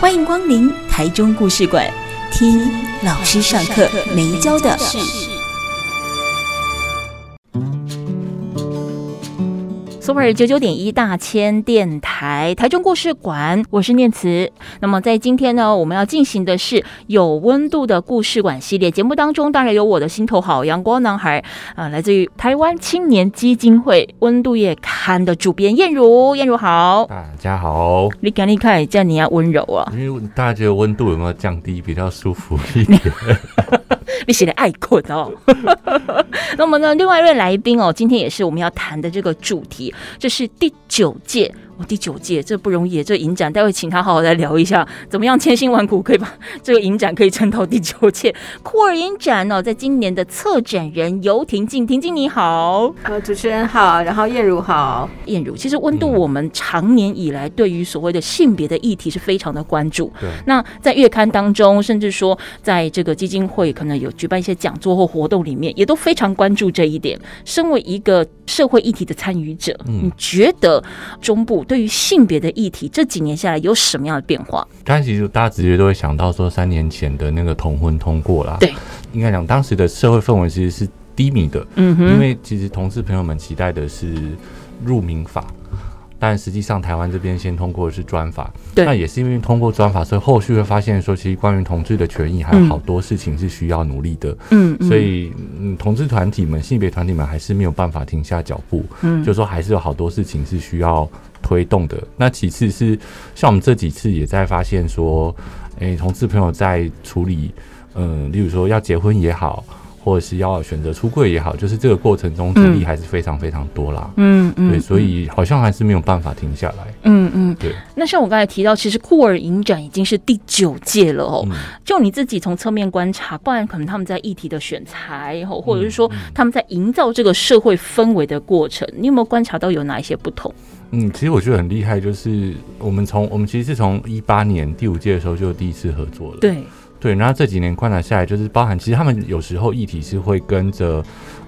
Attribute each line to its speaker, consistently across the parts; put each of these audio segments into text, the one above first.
Speaker 1: 欢迎光临台中故事馆，听老师上课没教的事。Super 九九点一大千电台台中故事馆，我是念慈。那么在今天呢，我们要进行的是有温度的故事馆系列节目当中，当然有我的心头好阳光男孩啊，来自于台湾青年基金会温度月刊的主编燕如，燕如好。
Speaker 2: 大家好，
Speaker 1: 你赶紧看一下，你要温柔啊！
Speaker 2: 因为大家觉得温度有没有降低，比较舒服一点？
Speaker 1: 你写的爱困哦。 那么呢，另外一位来宾哦，今天也是我们要谈的这个主题，这是第九届。哦，第九届这不容易，这影展待会请他好好来聊一下，怎么样千辛万苦可以把这个影展可以撑到第九届 酷儿影展哦，在今年的策展人游婷静，婷静你好，
Speaker 3: 呃，主持人好，然后燕如好，
Speaker 1: 燕如，其实温度我们常年以来对于所谓的性别的议题是非常的关注，
Speaker 2: 对，
Speaker 1: 那在月刊当中，甚至说在这个基金会可能有举办一些讲座或活动里面，也都非常关注这一点。身为一个社会议题的参与者，
Speaker 2: 嗯
Speaker 1: 你觉得中部对于性别的议题这几年下来有什么样的变化？
Speaker 2: 但其实大家直接都会想到说，三年前的那个同婚通过啦，
Speaker 1: 对，
Speaker 2: 应该讲当时的社会氛围其实是低迷的，
Speaker 1: 嗯
Speaker 2: 因，为其实同志朋友们期待的是入民法，但实际上台湾这边先通过的是专法，
Speaker 1: 对
Speaker 2: 那也是因为通过专法，所以后续会发现说，其实关于同志的权益还有
Speaker 1: 嗯
Speaker 2: 好多事情是需要努力的，
Speaker 1: 嗯
Speaker 2: 所以嗯，同志团体们、性别团体们还是没有办法停下脚步，
Speaker 1: 嗯
Speaker 2: 就说还是有好多事情是需要推动的。那其次是像我们这几次也在发现说，诶、同志朋友在处理，嗯、例如说要结婚也好，或者是要选择出柜也好，就是这个过程中阻力还是非常非常多啦。
Speaker 1: 嗯
Speaker 2: 对，所以好像还是没有办法停下来。
Speaker 1: 嗯嗯，
Speaker 2: 对，
Speaker 1: 那像我刚才提到，其实酷儿影展已经是第九届了哦。
Speaker 2: 嗯
Speaker 1: 就你自己从侧面观察，不然可能他们在议题的选材，吼或者是说他们在营造这个社会氛围的过程，你有没有观察到有哪一些不同？
Speaker 2: 嗯，其实我觉得很厉害，就是我们从我们其实是从一八年第五届的时候就第一次合作了。
Speaker 1: 对，
Speaker 2: 对，然后这几年观察下来，就是包含其实他们有时候议题是会跟着，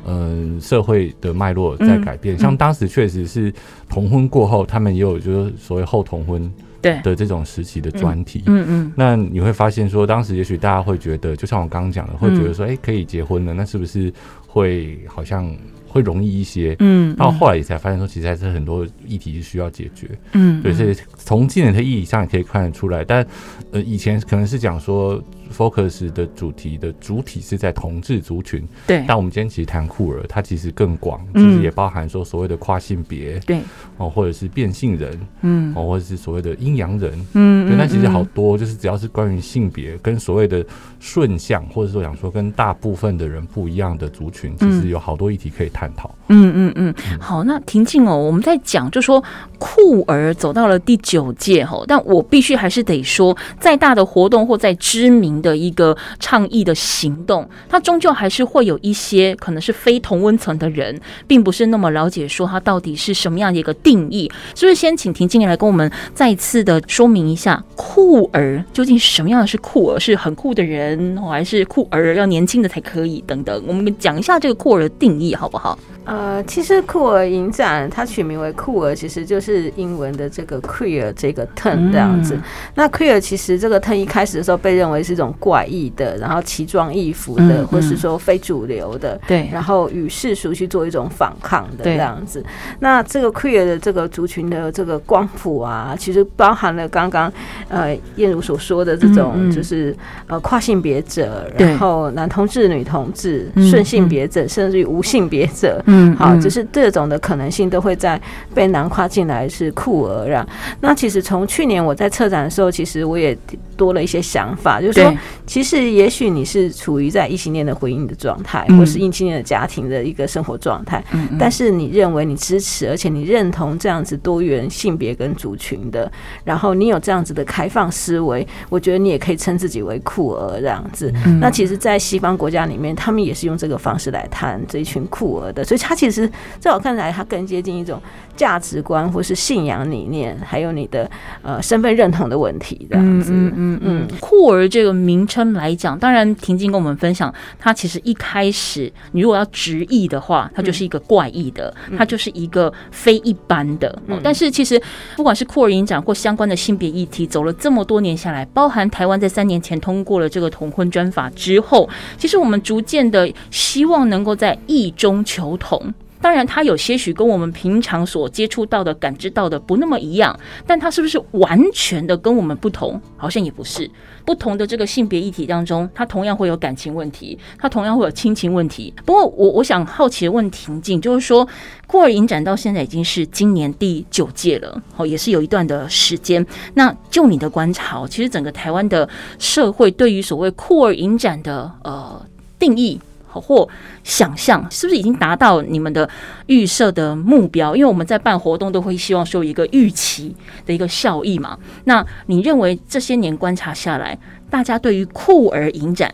Speaker 2: 嗯、社会的脉络在改变。
Speaker 1: 嗯
Speaker 2: 像当时确实是同婚过后，他们也有就是所谓后同婚
Speaker 1: 对，
Speaker 2: 的这种时期的专题。
Speaker 1: 嗯嗯，
Speaker 2: 那你会发现说，当时也许大家会觉得，就像我刚刚讲的，会觉
Speaker 1: 嗯
Speaker 2: 得说，哎、可以结婚了，那是不是会好像会容易一些？
Speaker 1: 嗯，
Speaker 2: 到后来也才发现说，其实还是很多议题是需要解决。
Speaker 1: 嗯，
Speaker 2: 对，所以从技能的意义上也可以看得出来。但呃，以前可能是讲说 focus 的主题的主体是在同志族群，
Speaker 1: 对
Speaker 2: 但我们今天其实谈酷儿，它其实更广，就
Speaker 1: 嗯
Speaker 2: 是也包含说所谓的跨性别
Speaker 1: 对，
Speaker 2: 哦，或者是变性人
Speaker 1: 嗯
Speaker 2: 哦，或者是所谓的阴阳人。
Speaker 1: 嗯
Speaker 2: 对，但其实好多就是只要是关于性别跟所谓的顺向，或者说讲说跟大部分的人不一样的族群，其
Speaker 1: 嗯
Speaker 2: 实有好多议题可以探讨。
Speaker 1: 嗯嗯嗯，好，那婷静哦，我们在讲，就说酷儿走到了第九届吼，但我必须还是得说，再大的活动或再知名的一个倡议的行动，它终究还是会有一些可能是非同温层的人，并不是那么了解说它到底是什么样的一个定义，是不是？先请婷静来跟我们再次的说明一下，酷儿究竟什么样的是酷儿？是很酷的人，哦还是酷儿要年轻的才可以等等？我们讲一下这个酷儿的定义好不好？
Speaker 3: 呃，其实酷儿影展它取名为酷儿，其实就是英文的这个 queer 这个 term 这样子。
Speaker 1: 嗯
Speaker 3: 那 queer 其实这个 term 一开始的时候被认为是一种怪异的，然后奇装异服的，
Speaker 1: 嗯
Speaker 3: 或是
Speaker 1: 嗯
Speaker 3: 说非主流的，
Speaker 1: 对，
Speaker 3: 然后与世俗去做一种反抗的
Speaker 1: 对
Speaker 3: 这样子。那这个 queer 的这个族群的这个光谱啊，其实包含了刚刚呃燕如所说的这
Speaker 1: 嗯嗯
Speaker 3: 种，就是、呃跨性别者，
Speaker 1: 对
Speaker 3: 然后男同志、女同志、
Speaker 1: 嗯
Speaker 3: 顺性别者，甚至于无性别者，
Speaker 1: 嗯，
Speaker 3: 好，
Speaker 1: 嗯
Speaker 3: 就是这种的可能性都会在被囊括进来是酷儿啊。那其实从去年我在策展的时候，其实我也多了一些想法，就是说
Speaker 1: 对，
Speaker 3: 其实也许你是处于在异性恋的婚姻的状态，
Speaker 1: 嗯
Speaker 3: 或是异性恋的家庭的一个生活状态，
Speaker 1: 嗯嗯
Speaker 3: 但是你认为你支持，而且你认同这样子多元性别跟族群的，然后你有这样子的开放思维，我觉得你也可以称自己为酷儿这样子。
Speaker 1: 嗯
Speaker 3: 那其实，在西方国家里面，他们也是用这个方式来谈这一群酷儿的，所以它其实在我看来，它更接近一种价值观或是信仰理念，还有你的呃身份认同的问题这样子。
Speaker 1: 嗯嗯嗯嗯，酷儿这个名称来讲，当然婷静跟我们分享，它其实一开始你如果要直译的话，它就是一个怪异的，它就是一个非一般的。哦但是其实不管是酷儿影展或相关的性别议题，走了这么多年下来，包含台湾在三年前通过了这个同婚专法之后，其实我们逐渐的希望能够在异中求同。当然，它有些许跟我们平常所接触到的、感知到的不那么一样，但它是不是完全的跟我们不同？好像也不是。不同的这个性别议题当中，它同样会有感情问题，它同样会有亲情问题。不过我我想好奇的问婷静，就是说酷儿影展到现在已经是今年第九届了，哦，也是有一段的时间。那就你的观察哦，其实整个台湾的社会对于所谓酷儿影展的呃定义。哦或想象是不是已经达到你们的预设的目标？因为我们在办活动都会希望说有一个预期的一个效益嘛。那你认为这些年观察下来，大家对于酷儿影展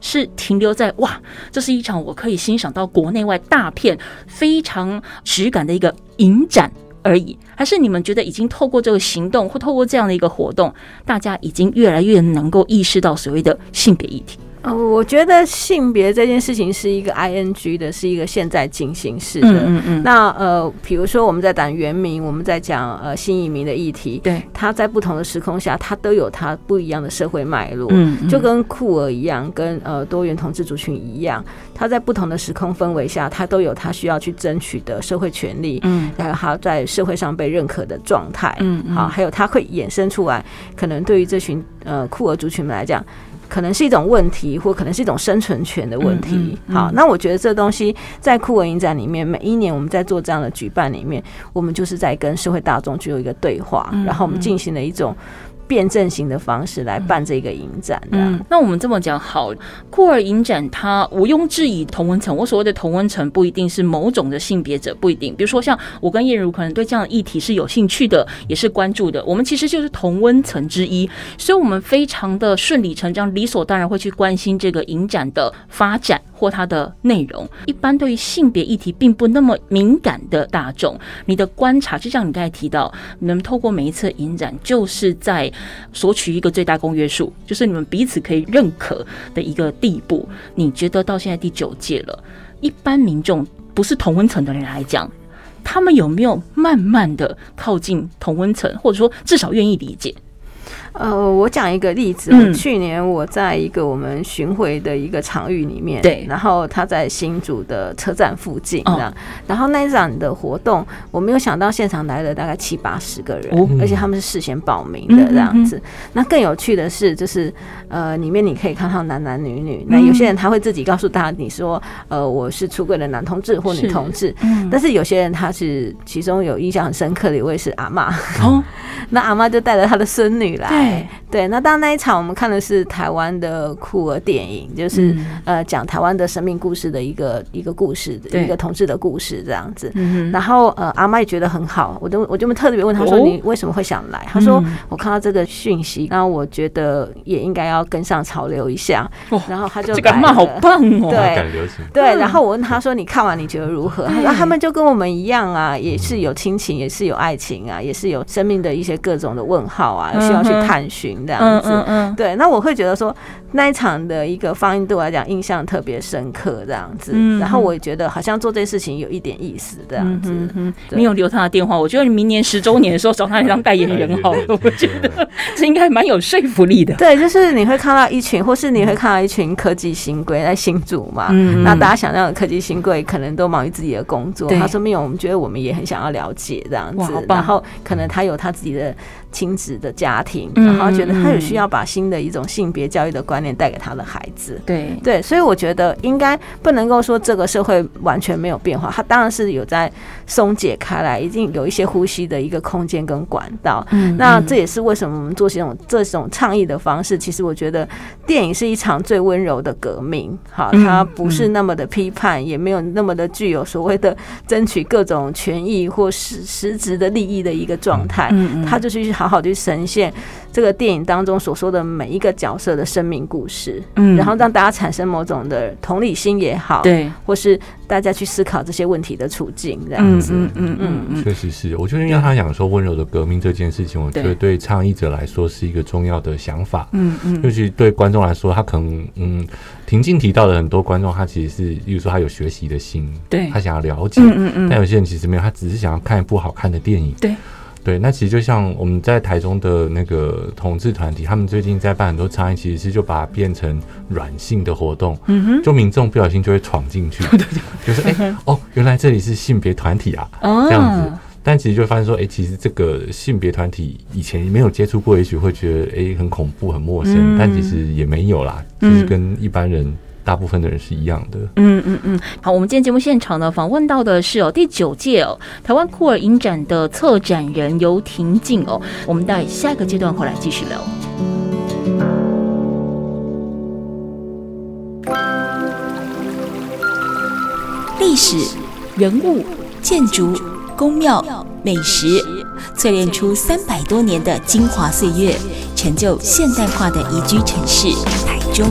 Speaker 1: 是停留在哇，这是一场我可以欣赏到国内外大片非常质感的一个影展而已，还是你们觉得已经透过这个行动或透过这样的一个活动，大家已经越来越能够意识到所谓的性别议题？
Speaker 3: 呃，我觉得性别这件事情是一个 ing 的，是一个现在进行式的。
Speaker 1: 嗯嗯，
Speaker 3: 那呃，比如说我们在讲原民，我们在讲呃新移民的议题，
Speaker 1: 对，
Speaker 3: 它在不同的时空下，它都有它不一样的社会脉络。
Speaker 1: 嗯
Speaker 3: 就跟酷儿一样，跟呃多元同志族群一样，它在不同的时空氛围下，它都有它需要去争取的社会权利，
Speaker 1: 嗯
Speaker 3: 还有它在社会上被认可的状态。
Speaker 1: 嗯嗯
Speaker 3: 好，还有它会衍生出来，可能对于这群呃酷儿族群来讲，可能是一种问题，或可能是一种生存权的问题。
Speaker 1: 嗯嗯嗯
Speaker 3: 好，那我觉得这东西在酷儿影展里面，每一年我们在做这样的举办里面，我们就是在跟社会大众具有一个对话，
Speaker 1: 嗯
Speaker 3: 然后我们进行了一种。辩证型的方式来办这个影展，这样、
Speaker 1: 嗯，那我们这么讲好，酷儿影展它毋庸置疑同温层。我所谓的同温层不一定是某种的性别者，不一定。比如说像我跟燕如可能对这样的议题是有兴趣的，也是关注的，我们其实就是同温层之一，所以我们非常的顺理成章、理所当然会去关心这个影展的发展或它的内容。一般对于性别议题并不那么敏感的大众，你的观察就像你刚才提到，你们透过每一次影展，就是在索取一个最大公约数，就是你们彼此可以认可的一个地步。你觉得到现在第九届了，一般民众不是同温层的人来讲，他们有没有慢慢的靠近同温层，或者说至少愿意理解？
Speaker 3: 呃，我讲一个例子、
Speaker 1: 嗯
Speaker 3: 去年我在一个我们巡回的一个场域里面，
Speaker 1: 对
Speaker 3: 然后他在新竹的车站附近
Speaker 1: 哦
Speaker 3: 这样，然后那一场的活动，我没有想到现场来了大概七八十个人，
Speaker 1: 哦
Speaker 3: 而且他们是事先报名的
Speaker 1: 嗯
Speaker 3: 这样子。那更有趣的是，就是呃，里面你可以看到男男女
Speaker 1: 嗯
Speaker 3: 女，那有些人他会自己告诉大家，你说呃我是出柜的男同志或女
Speaker 1: 是
Speaker 3: 同志，
Speaker 1: 嗯，
Speaker 3: 但是有些人他是其中有印象很深刻的一位是阿嬷，
Speaker 1: 哦，
Speaker 3: 那阿嬷就带着她的孙女来。
Speaker 1: 对，
Speaker 3: 对，那当然那一场我们看的是台湾的酷儿电影，就是、
Speaker 1: 嗯
Speaker 3: 呃讲台湾的生命故事的一个一个故事，
Speaker 1: 对
Speaker 3: 一个同志的故事这样子。
Speaker 1: 嗯
Speaker 3: 然后呃，阿妈也觉得很好，我就我就特别问她说
Speaker 1: 哦
Speaker 3: 你为什么会想来？她说
Speaker 1: 嗯
Speaker 3: 我看到这个讯息，那我觉得也应该要跟上潮流一下。
Speaker 1: 哦
Speaker 3: 然后她就
Speaker 1: 这个
Speaker 3: 来
Speaker 1: 骂好
Speaker 3: 了
Speaker 1: 棒哦，
Speaker 3: 对
Speaker 2: 改 流行，
Speaker 3: 对，
Speaker 1: 嗯
Speaker 3: 然后我问他说：“你看完你觉得如何？”他说：“
Speaker 1: 对
Speaker 3: 他们就跟我们一样啊，也是有亲情，也是有爱情啊，也是有生命的一些各种的问号啊，
Speaker 1: 嗯哼
Speaker 3: 需要去探寻这样
Speaker 1: 嗯
Speaker 3: 子。
Speaker 1: 嗯嗯
Speaker 3: 对，那我会觉得说那一场的一个放映对我来讲印象特别深刻，这样子。
Speaker 1: 嗯
Speaker 3: 然后我也觉得好像做这件事情有一点意思，这样
Speaker 1: 嗯
Speaker 3: 子。
Speaker 1: 嗯嗯，
Speaker 3: 对
Speaker 1: 你有留他的电话？我觉得你明年十周年的时候找他来当代言人好了， 我觉得
Speaker 2: 得
Speaker 1: 这应该蛮有说服力的。
Speaker 3: 对，就是你会看到一群，或是你会看到一群科技新贵在新竹嘛。
Speaker 1: 嗯
Speaker 3: 那大家想要的科技新贵，可能都忙于自己的工作。
Speaker 1: 对
Speaker 3: 他说没有，我们觉得我们也很想要了解这样
Speaker 1: 哇
Speaker 3: 子
Speaker 1: 好。棒
Speaker 3: 然后可能他有他自己的亲子的家庭，
Speaker 1: 嗯
Speaker 3: 然后觉得他有需
Speaker 1: 嗯
Speaker 3: 要把新的一种性别教育的观念带给他的孩子。
Speaker 1: 对，
Speaker 3: 对，所以我觉得应该不能够说这个社会完全没有变化，它当然是有在松解开来，已经有一些呼吸的一个空间跟管道。
Speaker 1: 嗯
Speaker 3: 那这也是为什么我们做这种这种倡议的方式。其实我觉得电影是一场最温柔的革命，哈，
Speaker 1: 嗯
Speaker 3: 它不是那么的批判，也没有那么的具有所谓的争取各种权益或实实质的利益的一个状态。
Speaker 1: 嗯嗯
Speaker 3: 他就去好好去呈现这个电影当中所说的每一个角色的生命故事，
Speaker 1: 嗯
Speaker 3: 然后让大家产生某种的同理心也好，，
Speaker 1: 对，
Speaker 3: 或是大家去思考这些问题的处境，这样
Speaker 1: 嗯
Speaker 3: 子。
Speaker 1: 嗯嗯嗯嗯，
Speaker 2: 确实是，我觉得因为他讲说温柔的革命这件事情，我觉得对倡议者来说是一个重要的想法。
Speaker 1: 嗯嗯，
Speaker 2: 尤其对观众来说，他可能嗯，婷静提到的很多观众，他其实是，例如说他有学习的心，
Speaker 1: 对
Speaker 2: 他想要了解，
Speaker 1: 嗯嗯嗯，
Speaker 2: 但有些人其实没有，他只是想要看一部好看的电影。
Speaker 1: 对
Speaker 2: 对，那其实就像我们在台中的那个同志团体，他们最近在办很多倡议，其实是就把它变成软性的活动，
Speaker 1: 嗯哼，
Speaker 2: 就民众不小心就会闯进 去，就是哎、哦，原来这里是性别团体啊，
Speaker 1: 哦
Speaker 2: 这样子。但其实就发现说，哎、其实这个性别团体以前没有接触过，也许会觉得哎、很恐怖、很陌生，
Speaker 1: 嗯
Speaker 2: 但其实也没有啦，就
Speaker 1: 嗯
Speaker 2: 是跟一般人、大部分的人是一样的。
Speaker 1: 嗯嗯嗯，好，我们今天节目现场呢，访问到的是哦第九届哦台湾酷儿影展的策展人游婷静哦，我们待下个阶段回来继续聊。
Speaker 4: 历史、人物、建筑、宫庙、美食，淬炼出三百多年的精华岁月，成就现代化的宜居城市台中。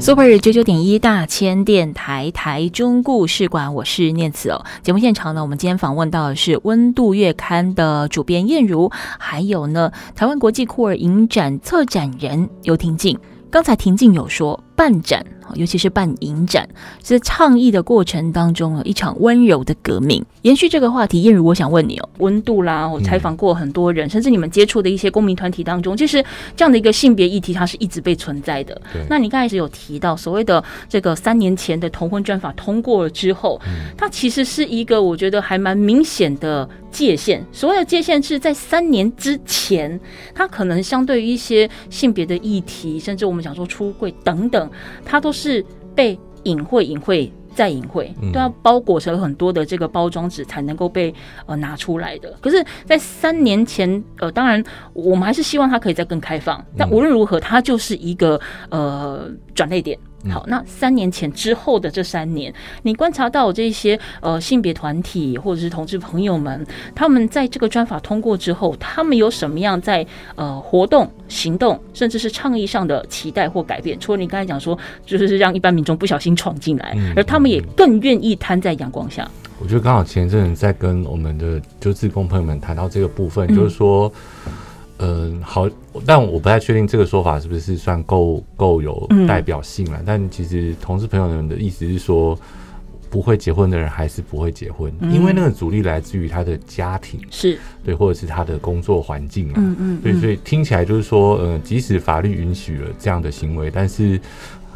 Speaker 1: Super 九九点一大千电台台中故事馆，我是念慈哦。节目现场呢，我们今天访问到的是《温度月刊》的主编燕如，还有呢台湾国际酷儿影展策展人游婷静。刚才婷静有说，办展，尤其是办影展，是倡议的过程当中呢一场温柔的革命。延续这个话题，燕如，我想问你哦，温度啦，我采访过很多人，甚至你们接触的一些公民团体当中，其实这样的一个性别议题，它是一直被存在的。
Speaker 2: 对，
Speaker 1: 那你刚才是有提到所谓的这个三年前的同婚专法通过了之后，它其实是一个我觉得还蛮明显的界限。所谓的界限是在三年之前，它可能相对于一些性别的议题，甚至我们讲说出柜等等，它都是被隐晦、隐晦。再隐晦
Speaker 2: 嗯
Speaker 1: 都要包裹成很多的这个包装纸才能够被呃拿出来的。可是，在三年前，呃，当然我们还是希望它可以再更开放，但
Speaker 2: 嗯
Speaker 1: 无论如何，它就是一个呃转类点。
Speaker 2: 嗯
Speaker 1: 好，那三年前之后的这三年，你观察到这些呃性别团体或者是同志朋友们，他们在这个专法通过之后，他们有什么样在呃活动、行动，甚至是倡议上的期待或改变？除了你刚才讲说，就是让一般民众不小心闯进来，
Speaker 2: 嗯
Speaker 1: 而他们也
Speaker 2: 嗯
Speaker 1: 更愿意摊在阳光下。
Speaker 2: 我觉得刚好前一阵子在跟我们的就志工朋友们谈到这个部分，
Speaker 1: 嗯
Speaker 2: 就是说，嗯、好，但我不太确定这个说法是不是算够够有
Speaker 1: 嗯
Speaker 2: 代表性了。但其实同事朋友们的意思是说，不会结婚的人还是不会结婚，
Speaker 1: 嗯
Speaker 2: 因为那个阻力来自于他的家庭，
Speaker 1: 是，
Speaker 2: 对，或者是他的工作环境啊。
Speaker 1: 嗯
Speaker 2: 对，所以听起来就是说，呃，即使法律允许了这样的行为，但是，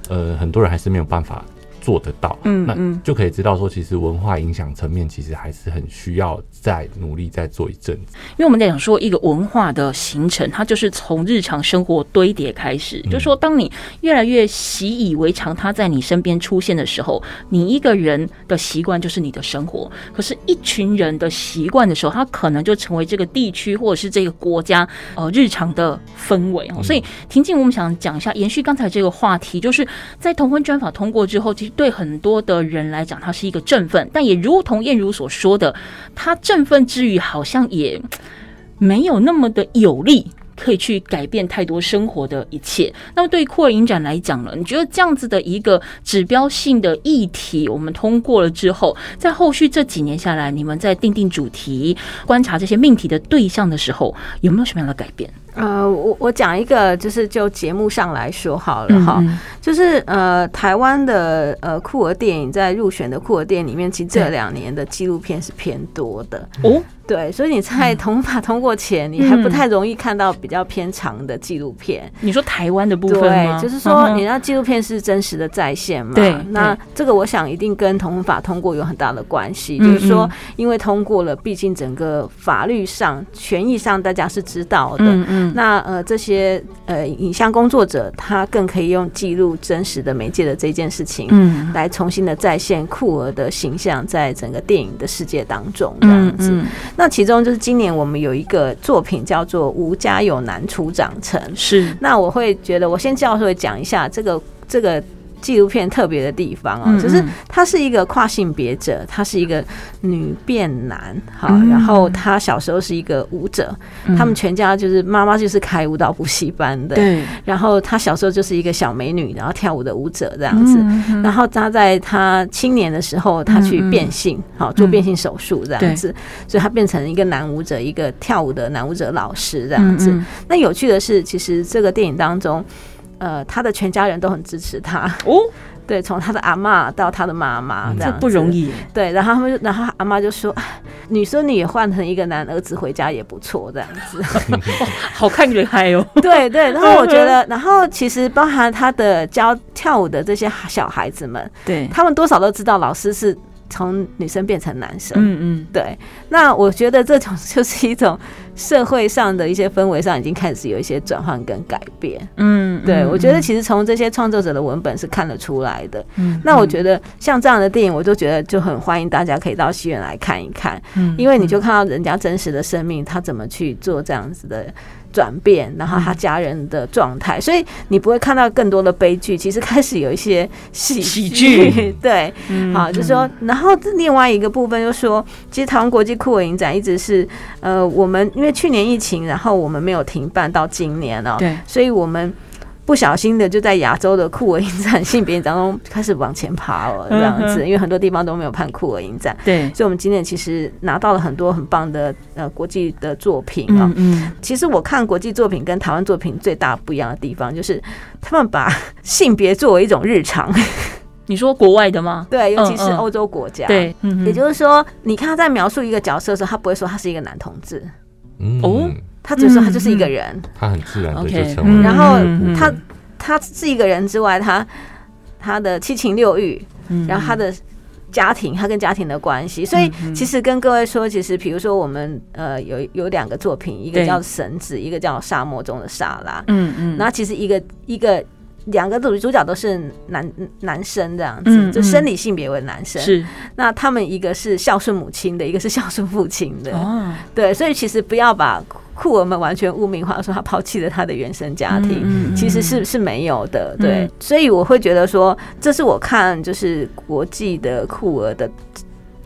Speaker 2: 呃，很多人还是没有办法做得到。
Speaker 1: 嗯嗯
Speaker 2: 那就可以知道说，其实文化影响层面其实还是很需要再努力再做一阵子。
Speaker 1: 因为我们在讲说一个文化的形成，它就是从日常生活堆叠开始。
Speaker 2: 嗯
Speaker 1: 就是说，当你越来越习以为常，它在你身边出现的时候，你一个人的习惯就是你的生活。可是，一群人的习惯的时候，它可能就成为这个地区或者是这个国家呃日常的氛围哦。
Speaker 2: 嗯
Speaker 1: 所以，婷婷，我们想讲一下，延续刚才这个话题，就是在同婚专法通过之后，其实对很多的人来讲，它是一个振奋，但也如同燕如所说的，他振奋之余，好像也嗯没有那么的有力，可以去改变太多生活的一切。那么对于酷儿影展来讲呢，你觉得这样子的一个指标性的议题，我们通过了之后，在后续这几年下来，你们在定定主题、观察这些命题的对象的时候，有没有什么样的改变？
Speaker 3: 呃，我我讲一个，就是就节目上来说好了
Speaker 1: 嗯
Speaker 3: 哈，
Speaker 1: 嗯
Speaker 3: 就是呃，台湾的呃酷儿电影在入选的酷儿电影里面，其实这
Speaker 1: 对
Speaker 3: 两年的纪录片是偏多的，
Speaker 1: 哦，
Speaker 3: 对，所以你
Speaker 1: 嗯
Speaker 3: 在同法通过前，你还不太容易看到比较偏长的纪录片。
Speaker 1: 你说台湾的部分吗
Speaker 3: 对，就是说，你
Speaker 1: 嗯哼
Speaker 3: 那纪录片是真实的再现嘛？
Speaker 1: 对
Speaker 3: 那
Speaker 1: 对
Speaker 3: 这个我想一定跟同婚法通过有很大的关系，
Speaker 1: 嗯
Speaker 3: 就是说，因为通过了，毕竟整个法律上、权益上大家是知道的，
Speaker 1: 嗯嗯，
Speaker 3: 那呃，这些呃影像工作者，他更可以用记录真实的媒介的这件事情，
Speaker 1: 嗯
Speaker 3: 来重新的再现酷儿的形象在整个电影的世界当中，
Speaker 1: 嗯
Speaker 3: 这样子。
Speaker 1: 嗯，
Speaker 3: 那其中就是今年我们有一个作品叫做《吴家有男初长成》，
Speaker 1: 是
Speaker 3: 那我会觉得，我先教授讲一下这个这个。纪录片特别的地方哦，
Speaker 1: 嗯
Speaker 3: 就是
Speaker 1: 嗯
Speaker 3: 他是一个跨性别者，他是一个女变男，好、
Speaker 1: 嗯
Speaker 3: 然后他小时候是一个舞者，他们全家就是妈妈就是开舞蹈补习班的，
Speaker 1: 对
Speaker 3: 然后她小时候就是一个小美女，然后跳舞的舞者这样子。
Speaker 1: 嗯嗯
Speaker 3: 然后她在她青年的时候，她去
Speaker 1: 嗯嗯
Speaker 3: 变性，好、做变性手术这
Speaker 1: 对
Speaker 3: 样子，所以她变成一个男舞者，一个跳舞的男舞者老师这样
Speaker 1: 嗯
Speaker 3: 子。
Speaker 1: 嗯
Speaker 3: 那有趣的是，其实这个电影当中，呃，她的全家人都很支持她，
Speaker 1: 哦，
Speaker 3: 对，从她的阿嬷到她的妈妈这
Speaker 1: 嗯这
Speaker 3: 样子
Speaker 1: 不容。易耶，
Speaker 3: 对，然后他们就，然后阿妈就说，哎女孙女也换成一个男儿子回家也不错，这样子。
Speaker 1: 嗯好看也嗨哦，
Speaker 3: 对对，然后我觉
Speaker 1: 嗯
Speaker 3: 得，然后其实包含他的教跳舞的这些小孩子们，
Speaker 1: 对，
Speaker 3: 他们多少都知道老师是从女生变成男生。
Speaker 1: 嗯嗯，
Speaker 3: 对，那我觉得这种 就是一种社会上的一些氛围上已经开始有一些转换跟改变。
Speaker 1: 嗯，
Speaker 3: 对，
Speaker 1: 嗯
Speaker 3: 我觉得，其实从这些创作者的文本是看得出来的。
Speaker 1: 嗯
Speaker 3: 那我觉得像这样的电影，我就觉得就很欢迎大家可以到戏院来看一看。
Speaker 1: 嗯
Speaker 3: 因为你就看到人家真实的生命，他怎么去做这样子的转变，
Speaker 1: 嗯
Speaker 3: 然后他家人的状态，所以你不会看到更多的悲剧。其实开始有一些喜
Speaker 1: 喜剧，
Speaker 3: 对，
Speaker 1: 嗯
Speaker 3: 好，就说，然后这另外一个部分就说，其实台湾国际酷儿影展一直是，呃，我们因为去年疫情，然后我们没有停办到今年哦，
Speaker 1: 对，
Speaker 3: 所以我们。不小心的就在亚洲的酷儿影展、性别影展中开始往前爬了，这样
Speaker 1: 嗯
Speaker 3: 子，
Speaker 1: 哼
Speaker 3: 因为很多地方都没有办酷儿影展。
Speaker 1: 对，
Speaker 3: 所以我们今年其实拿到了很多很棒的呃国际的作品啊、
Speaker 1: 嗯嗯，
Speaker 3: 其实我看国际作品跟台湾作品最大不一样的地方，就是他们把性别作为一种日常，
Speaker 1: 你说国外的吗？
Speaker 3: 对，尤其是
Speaker 1: 嗯嗯
Speaker 3: 欧洲国家，。
Speaker 1: 对，嗯
Speaker 3: 也就是说，你看他在描述一个角色的时候，他不会说他是一个男同志，
Speaker 2: 嗯
Speaker 1: 哦
Speaker 3: 他只是说他就是一
Speaker 1: 嗯
Speaker 3: 个人。
Speaker 2: 他很自然的就
Speaker 1: OK，
Speaker 2: 成为
Speaker 3: 然
Speaker 2: 了，
Speaker 3: 后
Speaker 1: 嗯嗯
Speaker 3: 他他是一个人之外，他他的七情六欲，
Speaker 1: 嗯
Speaker 3: 然后他的家庭，他跟家庭的关系，所以
Speaker 1: 嗯
Speaker 3: 其实跟各位说，其实比如说我们呃有有两个作品，一个
Speaker 1: 对
Speaker 3: 叫《绳子》，一个叫《沙漠中的沙拉》，
Speaker 1: 嗯嗯，
Speaker 3: 然后其实一个一个两个主主角都是男男生这样
Speaker 1: 嗯
Speaker 3: 子，
Speaker 1: 嗯
Speaker 3: 就生理性别为男生，
Speaker 1: 是
Speaker 3: 那他们一个是孝顺母亲的，一个是孝顺父亲的，
Speaker 1: 哦，
Speaker 3: 对，所以其实不要把酷儿们完全污名化，说他抛弃了他的原生家庭，
Speaker 1: 嗯嗯嗯
Speaker 3: 其实是是没有的。对，
Speaker 1: 嗯
Speaker 3: 所以我会觉得说，这是我看就是国际的酷儿的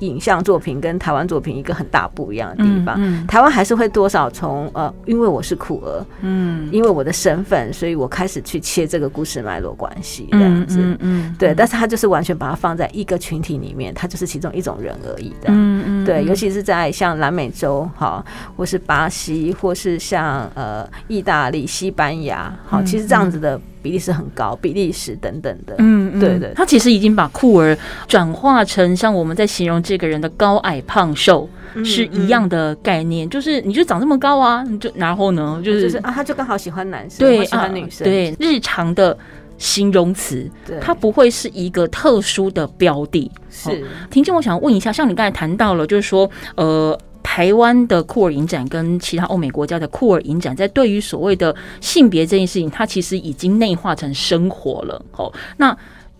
Speaker 3: 影像作品跟台湾作品一个很大不一样的地方。
Speaker 1: 嗯
Speaker 3: 台湾还是会多少从呃，因为我是酷儿，
Speaker 1: 嗯
Speaker 3: 因为我的身份，所以我开始去切这个故事脉络关系这样
Speaker 1: 嗯
Speaker 3: 子。
Speaker 1: 嗯嗯，
Speaker 3: 对，但是他就是完全把它放在一个群体里面，他就是其中一种人而已的。
Speaker 1: 嗯嗯
Speaker 3: 对，尤其是在像南美洲哈，或是巴西，或是像呃意大利、西班牙，好，
Speaker 1: 嗯
Speaker 3: 其实这样子的比例是很高，比利时等等的。
Speaker 1: 嗯，嗯
Speaker 3: 对对
Speaker 1: 他其实已经把酷儿转化成像我们在形容这个人的高矮胖瘦
Speaker 3: 嗯
Speaker 1: 是一样的概念，就是你就长这么高啊，你就然后呢，就
Speaker 3: 就是是啊，他就刚好喜欢男生，
Speaker 1: 对
Speaker 3: 或喜
Speaker 1: 啊
Speaker 3: 欢女，生，
Speaker 1: 对日常的形容词，
Speaker 3: 对，
Speaker 1: 它不会是一个特殊的标的。
Speaker 3: 是
Speaker 1: 婷静，我想问一下，像你刚才谈到了，就是说，呃。台湾的酷儿影展跟其他欧美国家的酷儿影展，在对于所谓的性别这件事情，它其实已经内化成生活了。哦，那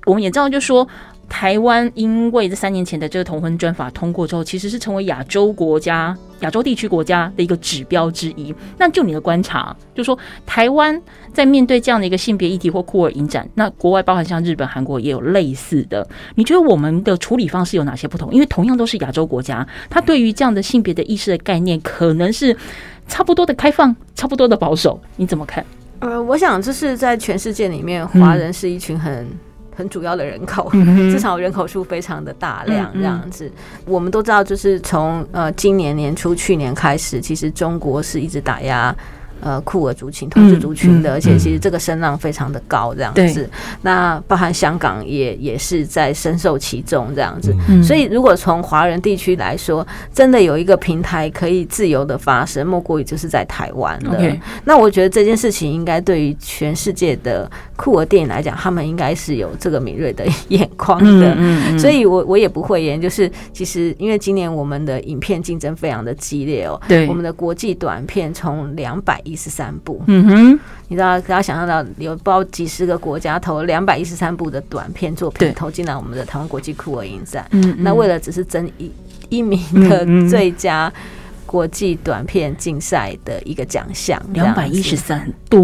Speaker 1: 我们也知道，就是说台湾因为这三年前的这个同婚专法通过之后，其实是成为亚洲国家、亚洲地区国家的一个指标之一。那就你的观察，就说台湾在面对这样的一个性别议题或酷儿影展，那国外包含像日本、韩国也有类似的，你觉得我们的处理方式有哪些不同？因为同样都是亚洲国家，它对于这样的性别的意识的概念，可能是差不多的开放，差不多的保守，你怎么看？
Speaker 3: 呃，我想这是在全世界里面，
Speaker 1: 嗯
Speaker 3: 华人是一群很。很主要的人口，至少人口数非常的大量
Speaker 1: 嗯嗯
Speaker 3: 这样子。我们都知道，就是从呃今年年初、去年开始，其实中国是一直打压呃酷儿族群、同志族群
Speaker 1: 嗯
Speaker 3: 的，
Speaker 1: 嗯
Speaker 3: 而且其实这个声浪非常的高，这样子。那包含香港也也是在深受其中这样子。
Speaker 1: 嗯
Speaker 3: 所以，如果从华人地区来说，真的有一个平台可以自由的发声，莫过于就是在台湾的。
Speaker 1: OK
Speaker 3: 那我觉得这件事情应该对于全世界的酷儿电影来讲，他们应该是有这个敏锐的眼光的。
Speaker 1: 嗯
Speaker 3: 所以我我也不会言，就是其实因为今年我们的影片竞争非常的激烈哦，
Speaker 1: 对
Speaker 3: 我们的国际短片从两百一十三部，
Speaker 1: 嗯哼，
Speaker 3: 你知道，大家想象到有包几十个国家投两百一十三部的短片作
Speaker 1: 对
Speaker 3: 品投进来我们的台湾国际酷儿影展，
Speaker 1: 嗯，
Speaker 3: 那为
Speaker 1: 了
Speaker 3: 了只是争一一名
Speaker 1: 嗯嗯
Speaker 3: 的最佳国际短片竞赛的一个奖项，这
Speaker 1: 两
Speaker 3: 样
Speaker 1: 百一十
Speaker 3: 子
Speaker 1: 三，对，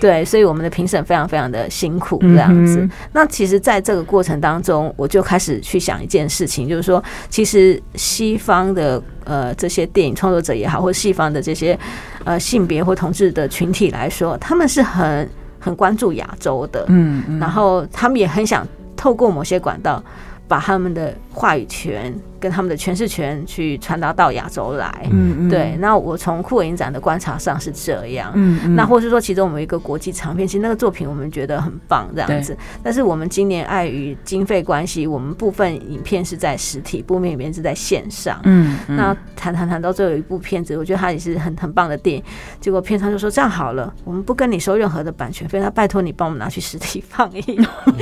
Speaker 3: 对，所以我们的评审非常非常的辛苦这样子。
Speaker 1: 嗯哼
Speaker 3: 那其实，在这个过程当中，我就开始去想一件事情，就是说，其实西方的呃这些电影创作者也好，或西方的这些呃性别或同志的群体来说，他们是很很关注亚洲的，
Speaker 1: 嗯嗯
Speaker 3: 然后他们也很想透过某些管道，把他们的话语权跟他们的诠释权去传达到亚洲来。
Speaker 1: 嗯嗯，
Speaker 3: 对，，那我从酷儿影展的观察上是这样。
Speaker 1: 嗯嗯，
Speaker 3: 那或是说，其中我们有一个国际长片，其实那个作品我们觉得很棒这样子。但是我们今年碍于经费关系，我们部分影片是在实体，部分影片是在线上。
Speaker 1: 嗯，嗯
Speaker 3: 那谈谈谈到最后有一部片子，我觉得它也是很很棒的电影。结果片商就说这样好了，我们不跟你收任何的版权费，那拜托你帮我们拿去实体放 映。
Speaker 1: 哦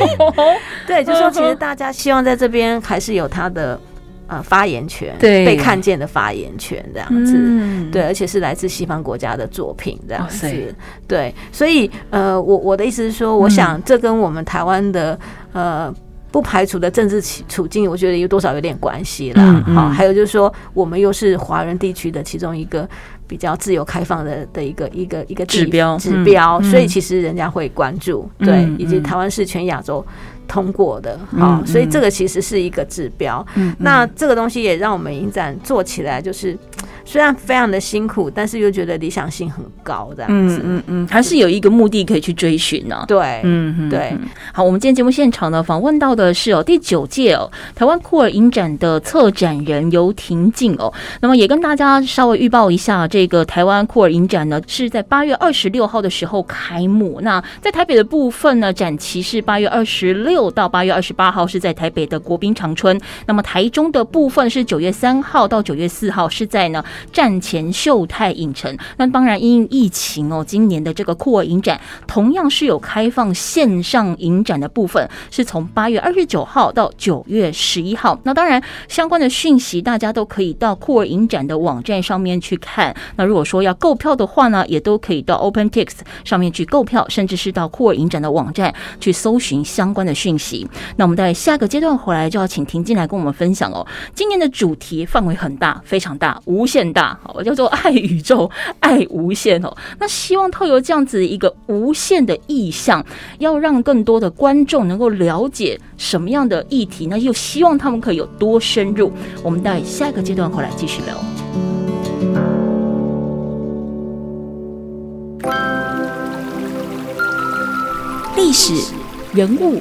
Speaker 3: 对，就说其实大家希望在这边还是有他的呃发言权，
Speaker 1: 对
Speaker 3: 被看见的发言权这样子。
Speaker 1: 嗯，
Speaker 3: 对，而且是来自西方国家的作品这样
Speaker 1: 哇
Speaker 3: 子
Speaker 1: 塞。嗯
Speaker 3: 对，所以呃，我我的意思是说，我想这跟我们台湾的、呃。不排除的政治起处境，我觉得有多少有点关系啦。
Speaker 1: 嗯
Speaker 3: 好，
Speaker 1: 嗯
Speaker 3: 还有就是说，我们又是华人地区的其中一个比较自由开放的的一个一个一个地
Speaker 1: 指标
Speaker 3: 指标，
Speaker 1: 嗯嗯
Speaker 3: 所以其实人家会关注，
Speaker 1: 嗯
Speaker 3: 对，
Speaker 1: 嗯
Speaker 3: 以及台湾是全亚洲通过的，
Speaker 1: 嗯
Speaker 3: 好、
Speaker 1: 嗯
Speaker 3: 所以这个其实是一个指标。
Speaker 1: 嗯，嗯
Speaker 3: 那这个东西也让我们影展做起来，就是虽然非常的辛苦，但是又觉得理想性很高这样
Speaker 1: 嗯
Speaker 3: 子。
Speaker 1: 嗯嗯，还是有一个目的可以去追寻呢、
Speaker 3: 对，
Speaker 1: 嗯，嗯
Speaker 3: 对
Speaker 1: 嗯好，我们今天节目现场呢，访问到的是哦第九届哦台湾酷儿影展的策展人游婷静哦，那么也跟大家稍微预报一下，这个台湾酷儿影展呢是在八月二十六号的时候开幕，那在台北的部分呢，展期是八月二十六到八月二十八号是在台北的国宾长春，那么台中的部分是九月三号到九月四号是在呢战前秀泰影城，那当然因疫情哦，今年的这个酷儿影展同样是有开放线上影展的部分，是从八月二十九号到九月十一号。那当然，相关的讯息大家都可以到酷儿影展的网站上面去看。那如果说要购票的话呢，也都可以到 OpenTix 上面去购票，甚至是到酷儿影展的网站去搜寻相关的讯息。那我们在下个阶段回来就要请婷进来跟我们分享哦。今年的主题范围很大，非常大，无限大，好，叫做爱宇宙，爱无限哦。那希望透过这样子一个无限的意向，要让更多的观众能够了解什么样的议题，那又希望他们可以有多深入。我们待下个阶段回来继续聊。
Speaker 4: 历史、人物、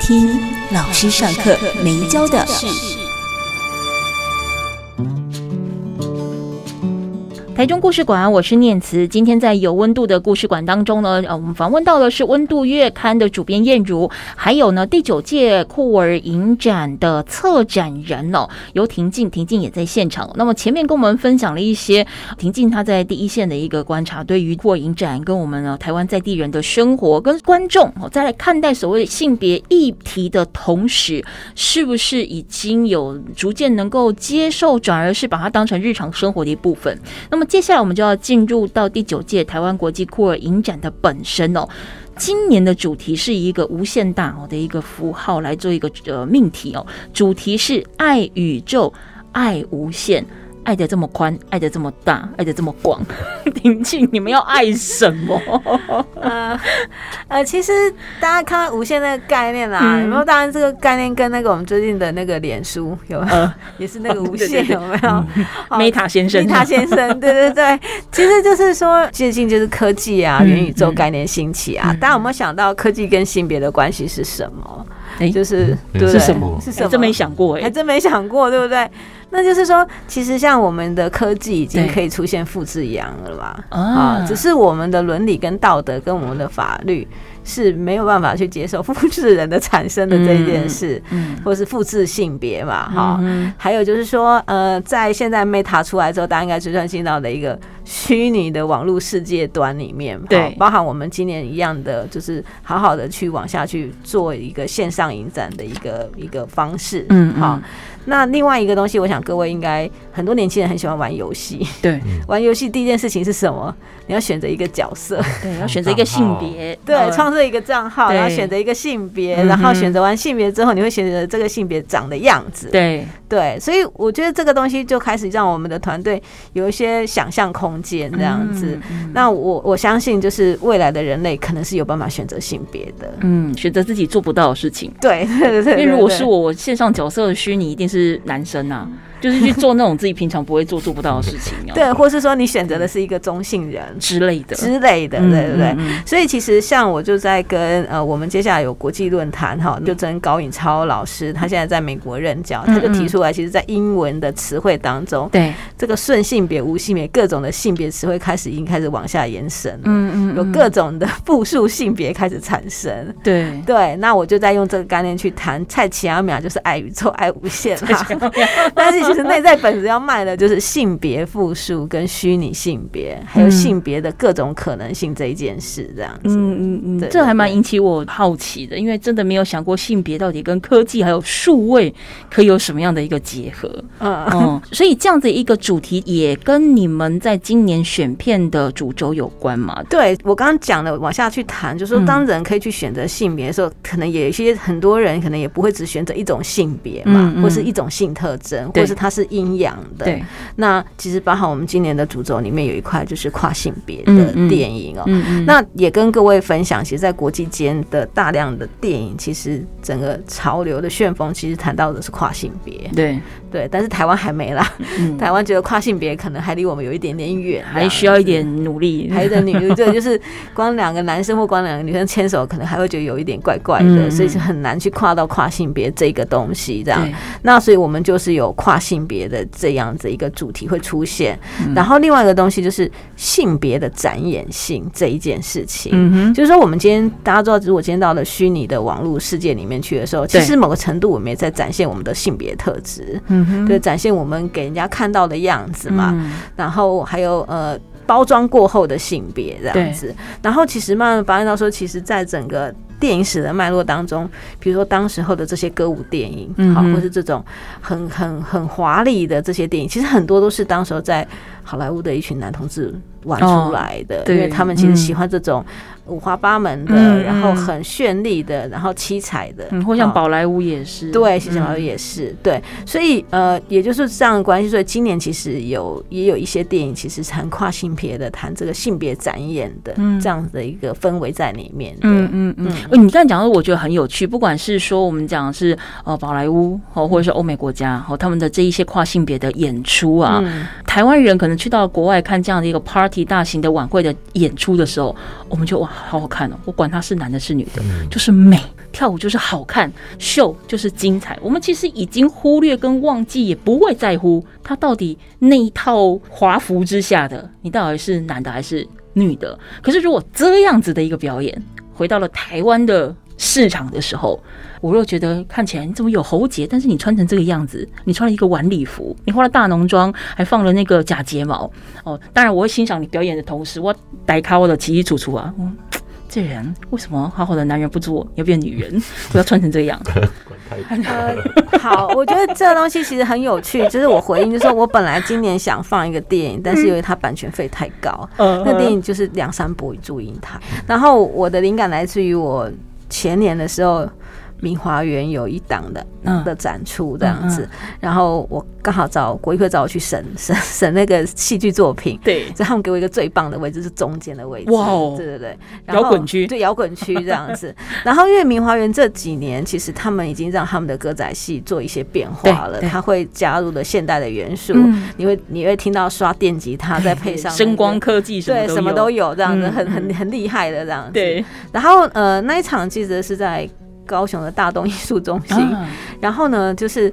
Speaker 4: 听老师上课没教的事。
Speaker 1: 台中故事馆，我是念慈。今天在有温度的故事馆当中呢，呃，我们访问到的是《温度月刊》的主编燕如，还有呢第九届酷儿影展的策展人哦，由婷静，婷静也在现场。哦那么前面跟我们分享了一些婷静她在第一线的一个观察，对于酷儿影展跟我们呢台湾在地人的生活跟观众哦，在看待所谓性别议题的同时，是不是已经有逐渐能够接受，转而是把它当成日常生活的一部分？那么接下来我们就要进入到第九届台湾国际酷儿影展的本身哦。今年的主题是一个无限大哦的一个符号来做一个呃命题哦，主题是爱宇宙，爱无限。爱的这么宽，爱的这么大，爱的这么广， 婷静，你们要爱什 么？
Speaker 3: 呃 呃，其实大家看到无限那个概念啦，
Speaker 1: 嗯
Speaker 3: 然后当然这个概念跟那个我们最近的那个脸书有没有， 也是那个无限
Speaker 1: 呃 对对对嗯
Speaker 3: 有没有？好
Speaker 1: Meta 先生，
Speaker 3: 他先 生，对对对，其实就是说，最近就是科技啊、
Speaker 1: 嗯
Speaker 3: 元宇宙概念兴起啊，大家有没有想到科技跟性别的关系是什么？
Speaker 1: 哎
Speaker 3: 就是
Speaker 2: 嗯
Speaker 3: 对不
Speaker 2: 是
Speaker 3: 对
Speaker 1: 什
Speaker 2: 么
Speaker 3: 是什
Speaker 1: 哎
Speaker 3: 么？
Speaker 1: 真没想过哎、
Speaker 3: 还真没想过，对 不对？那就是说，其实像我们的科技已经
Speaker 1: 对
Speaker 3: 可以出现复制羊了吧？
Speaker 1: 啊
Speaker 3: 啊，只是我们的伦理跟道德跟我们的法律是没有办法去接受 复制人的产生的这一件事，
Speaker 1: 嗯
Speaker 3: 或是复制性别嘛，哈、
Speaker 1: 嗯
Speaker 3: 还有就是说，呃，在现在 Meta 出来之后，大家应该就算进到了一个虚拟的网络世界端里面，
Speaker 1: 对
Speaker 3: 好包含我们今年一样的，就是好好的去往下去做一个线上影展的一个一个方式，
Speaker 1: 嗯
Speaker 3: 好
Speaker 1: 嗯。
Speaker 3: 那另外一个东西，我想各位应该很多年轻人很喜欢玩游戏，
Speaker 1: 对
Speaker 3: 玩游戏第一件事情是什么？你要选择一个角色，
Speaker 1: 对，要选择一个性别，
Speaker 3: 对，
Speaker 1: 呃
Speaker 3: 创设一个账号，
Speaker 1: 嗯对
Speaker 3: 然后选择一个性别，
Speaker 1: 嗯哼
Speaker 3: 然后选择完性别之后，你会选择这个性别长的样子，
Speaker 1: 对
Speaker 3: 对，所以我觉得这个东西就开始让我们的团队有一些想象空间，这样子。，
Speaker 1: 嗯
Speaker 3: 那我我相信，就是未来的人类可能是有办法选择性别的。
Speaker 1: 嗯，嗯选择自己做不到的事情。
Speaker 3: 对对 对对
Speaker 1: 因
Speaker 3: 对，
Speaker 1: 为如果是
Speaker 3: 对，嗯
Speaker 1: 我，我线上角色的虚拟一定是男生啊， 就是去做那种自己平常不会做、做不到的事情啊，
Speaker 3: 对，或是说你选择的是一个中性人
Speaker 1: 之类的，
Speaker 3: 之类的，
Speaker 1: 嗯
Speaker 3: 对对对。
Speaker 1: 嗯嗯
Speaker 3: 所以其实像我就在跟呃，我们接下来有国际论坛
Speaker 1: 嗯
Speaker 3: 哈，就跟高颖超老师，他现在在美国任教，他就提出来，其实，在英文的词汇当中，
Speaker 1: 嗯对，
Speaker 3: 这个顺性别、无性别各种的性别词汇开始已经开始往下延伸了，
Speaker 1: 嗯
Speaker 3: 有各种的复数性别开始产生。
Speaker 1: 对。
Speaker 3: 对，那我就在用这个概念去谈蔡奇阿淼就是爱宇宙、爱无限啦。
Speaker 1: 啊
Speaker 3: 但是其实内在本质要卖的就是性别复数跟虚拟性别，还有
Speaker 1: 嗯
Speaker 3: 性别的各种可能性这一件事，这样子。
Speaker 1: 嗯嗯
Speaker 3: 对
Speaker 1: 嗯，这还蛮
Speaker 3: 对
Speaker 1: 引起我好奇的，因为真的没有想过性别到底跟科技还有数位可以有什么样的一个结合。
Speaker 3: 嗯，
Speaker 1: 嗯，所以这样子一个主题也跟你们在今年选片的主轴有关嘛？
Speaker 3: 对我刚刚讲的往下去谈，就是说
Speaker 1: 嗯
Speaker 3: 当人可以去选择性别的时候，可能有一些很多人可能也不会只选择一种性别嘛，
Speaker 1: 嗯嗯
Speaker 3: 或是一种性特征，
Speaker 1: 对
Speaker 3: 或是它是阴阳的。
Speaker 1: 对，
Speaker 3: 那其实包含我们今年的主轴里面有一块就是跨性别的
Speaker 1: 嗯嗯
Speaker 3: 电影哦。
Speaker 1: 嗯嗯，
Speaker 3: 那也跟各位分享，其实，在国际间的大量的电影，其实整个潮流的旋风，其实谈到的是跨性别，
Speaker 1: 对，
Speaker 3: 对，但是台湾还没啦，
Speaker 1: 嗯，
Speaker 3: 台湾觉得跨性别可能还离我们有一点点远，啊
Speaker 1: 还需要一
Speaker 3: 这样子
Speaker 1: 点努力，
Speaker 3: 还有一个女，对，就是光两个男生或光两个女生牵手，可能还会觉得有一点怪怪的，
Speaker 1: 嗯
Speaker 3: 所以是很难去跨到跨性别这个东西这样
Speaker 1: 对。
Speaker 3: 那所以我们就是有跨性别的这样子一个主题会出现，
Speaker 1: 嗯
Speaker 3: 然后另外一个东西就是性别的展演性这一件事情。
Speaker 1: 嗯哼，
Speaker 3: 就是说，我们今天大家知道，如果今天到了虚拟的网络世界里面去的时候，其
Speaker 1: 对
Speaker 3: 实某个程度我们也在展现我们的性别特质，
Speaker 1: 嗯哼，
Speaker 3: 对，展现我们给人家看到的样子嘛。
Speaker 1: 嗯
Speaker 3: 然后还有呃包装过后的性别这样子。然后其实慢慢发现到说，其实在整个电影史的脉络当中，比如说当时候的这些歌舞电影，
Speaker 1: 嗯
Speaker 3: 好、
Speaker 1: 哼
Speaker 3: 或是这种很很很华丽的这些电影，其实很多都是当时候在好莱坞的一群男同志玩出来的，
Speaker 1: 对
Speaker 3: 因为他们其实
Speaker 1: 嗯
Speaker 3: 喜欢这种五花八门的，
Speaker 1: 嗯嗯
Speaker 3: 然后很绚丽的，然后七彩的，
Speaker 1: 嗯，或像
Speaker 3: 好
Speaker 1: 宝莱坞也是，
Speaker 3: 对，其实好像
Speaker 1: 嗯
Speaker 3: 也是、对，所以呃，也就是这样的关系。所以今年其实有也有一些电影，其实谈跨性别的，谈这个性别展演的、
Speaker 1: 嗯
Speaker 3: 这样的一个氛围在里面。对
Speaker 1: 嗯，嗯嗯，呃你刚才讲的我觉得很有趣，不管是说我们讲的是呃宝莱坞哦，或者是欧美国家哦，他们的这一些跨性别的演出啊，
Speaker 3: 嗯
Speaker 1: 台湾人可能去到国外看这样的一个 party 大型的晚会的演出的时候，我们就哇好好看哦，我管他是男的是女的，就是美。跳舞就是好看，秀就是精彩。我们其实已经忽略跟忘记，也不会在乎他到底那一套华服之下的你到底是男的还是女的。可是如果这样子的一个表演回到了台湾的市场的时候，我若觉得看起来你怎么有喉结，但是你穿成这个样子，你穿了一个晚礼服，你化了大浓妆，还放了那个假睫毛哦。当然，我会欣赏你表演的同时，我逮卡我的起起楚楚啊，嗯，这人为什么好好的男人不做，要变女人，不要穿成这样？
Speaker 3: 呃，好，我觉得这个东西其实很有趣。就是我回应，就是说我本来今年想放一个电影，但
Speaker 1: 嗯
Speaker 3: 是因为它版权费太高，
Speaker 1: 呃
Speaker 3: 那电影就是
Speaker 1: 嗯
Speaker 3: 两三部一注音台。然后我的灵感来自于我前年的时候。明华园有一档的
Speaker 1: 嗯
Speaker 3: 的展出这样子，然后我刚好找国艺会找我去审 审审那个戏剧作品，
Speaker 1: 对，
Speaker 3: 所以他们给我一个最棒的位置是中间的位置，
Speaker 1: 哇哦
Speaker 3: 对对对，然后
Speaker 1: 摇滚区
Speaker 3: 对摇滚区这 样子。然后因为明华园这几年其实他们已经让他们的歌仔戏做一些变化
Speaker 1: 对
Speaker 3: 了，
Speaker 1: 对
Speaker 3: 他会加入了现代的元素，
Speaker 1: 嗯
Speaker 3: 你会你会听到刷电吉他再配上那个
Speaker 1: 声光。科技什么
Speaker 3: 对，
Speaker 1: 都
Speaker 3: 什么
Speaker 1: 有
Speaker 3: 都有，这样子、
Speaker 1: 嗯
Speaker 3: 很
Speaker 1: 嗯
Speaker 3: 很很厉害的这样子。，
Speaker 1: 对，
Speaker 3: 然后呃，那一场记得是在高雄的大东艺术中心，
Speaker 1: 啊
Speaker 3: 然后呢，就是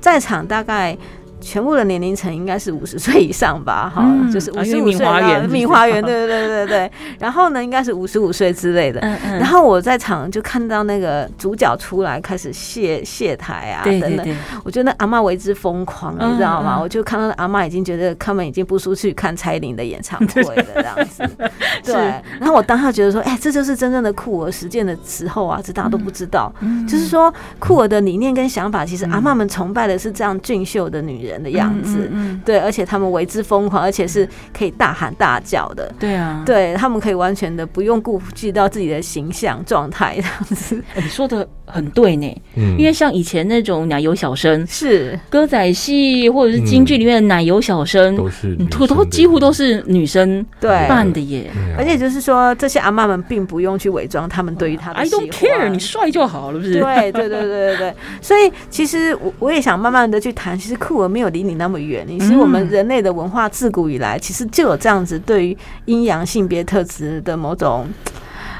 Speaker 3: 在场大概。全部的年龄层应该是五十岁以上吧，哈、
Speaker 1: 嗯
Speaker 3: 就是五
Speaker 1: 啊因
Speaker 3: 十
Speaker 1: 为
Speaker 3: 五
Speaker 1: 明
Speaker 3: 岁
Speaker 1: 华
Speaker 3: 到
Speaker 1: 园
Speaker 3: 明花园，对对对对 对。然后呢，应该是五十五岁之类的。
Speaker 1: 嗯嗯，
Speaker 3: 然后我在场就看到那个主角出来开始卸卸台啊，
Speaker 1: 对
Speaker 3: 等
Speaker 1: 对
Speaker 3: 等，
Speaker 1: 对，
Speaker 3: 我觉得那阿妈为之疯狂，
Speaker 1: 嗯
Speaker 3: 你知道吗？
Speaker 1: 嗯
Speaker 3: 我就看到阿妈已经觉得他们已经不出去看蔡依林的演唱会了，这样子。 对，然后我当下觉得说，哎、这就是真正的酷儿实践的时候啊，这大家都不知道。
Speaker 1: 嗯
Speaker 3: 就是说，酷儿的理念跟想法，其实
Speaker 1: 嗯
Speaker 3: 阿嬷们崇拜的是这样俊秀的女人的样子，
Speaker 1: 嗯，嗯嗯
Speaker 3: 对，而且他们为之疯狂，而且是可以大喊大叫的。
Speaker 1: 对啊，
Speaker 3: 对他们可以完全的不用顾及到自己的形象状态，这样子
Speaker 1: 哎你说的很对呢，
Speaker 2: 嗯
Speaker 1: 因为像以前那种奶油小生、
Speaker 3: 是
Speaker 1: 歌仔戏或者是京剧里面的奶油小生，
Speaker 2: 都是
Speaker 1: 嗯
Speaker 2: 女
Speaker 1: 都
Speaker 2: 生
Speaker 1: 都
Speaker 2: 的
Speaker 1: 几乎都是女生
Speaker 3: 对，
Speaker 1: 扮的耶。
Speaker 2: 对啊
Speaker 3: 而且就是说，这些阿嬷们并不用去伪装他们对于他
Speaker 1: 嗯
Speaker 3: 的
Speaker 1: I
Speaker 3: 喜欢。
Speaker 1: don't care，你帅就好了，是不是？
Speaker 3: 对对对对对对，所以其实我我也想慢慢的去谈，其实酷儿没有离你那么远，其实我们人类的文化自古以来，其实就有这样子对于阴阳性别特质的某种。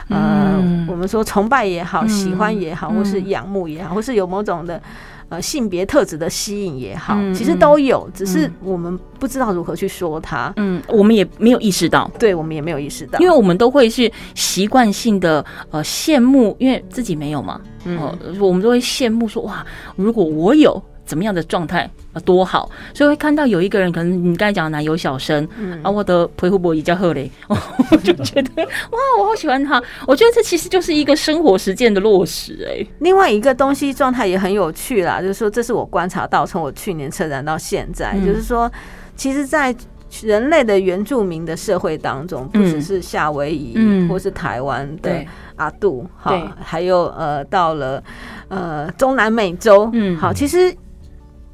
Speaker 3: 呃
Speaker 1: 嗯，
Speaker 3: 我们说崇拜也好，
Speaker 1: 嗯
Speaker 3: 喜欢也好，
Speaker 1: 嗯
Speaker 3: 或是仰慕也好，或是有某种的呃性别特质的吸引也好，
Speaker 1: 嗯
Speaker 3: 其实
Speaker 1: 嗯
Speaker 3: 都有，只是
Speaker 1: 嗯
Speaker 3: 我们不知道如何去说它，
Speaker 1: 嗯，我们也没有意识到，
Speaker 3: 对我们也没有意识到，
Speaker 1: 因为我们都会是习惯性的呃羡慕，因为自己没有嘛，
Speaker 3: 嗯
Speaker 1: 哦、我们都会羡慕说哇，如果我有怎么样的状态啊、多好，所以会看到有一个人，可能你刚才讲的奶油小生，
Speaker 3: 嗯
Speaker 1: 啊，我的皮肤薄也叫赫雷， 我就觉得哇，我好喜欢他。我觉得这其实就是一个生活实践的落实、哎
Speaker 3: 另外一个东西状态也很有趣啦，就是说这是我观察到，从我去年车展到现在，
Speaker 1: 嗯
Speaker 3: 就是说，其实，在人类的原住民的社会当中，不
Speaker 1: 嗯
Speaker 3: 只是夏威夷、
Speaker 1: 嗯
Speaker 3: 或是台湾的
Speaker 1: 对
Speaker 3: 阿杜，
Speaker 1: 对
Speaker 3: 哈，还有呃，到了呃中南美洲，
Speaker 1: 嗯
Speaker 3: 好，其实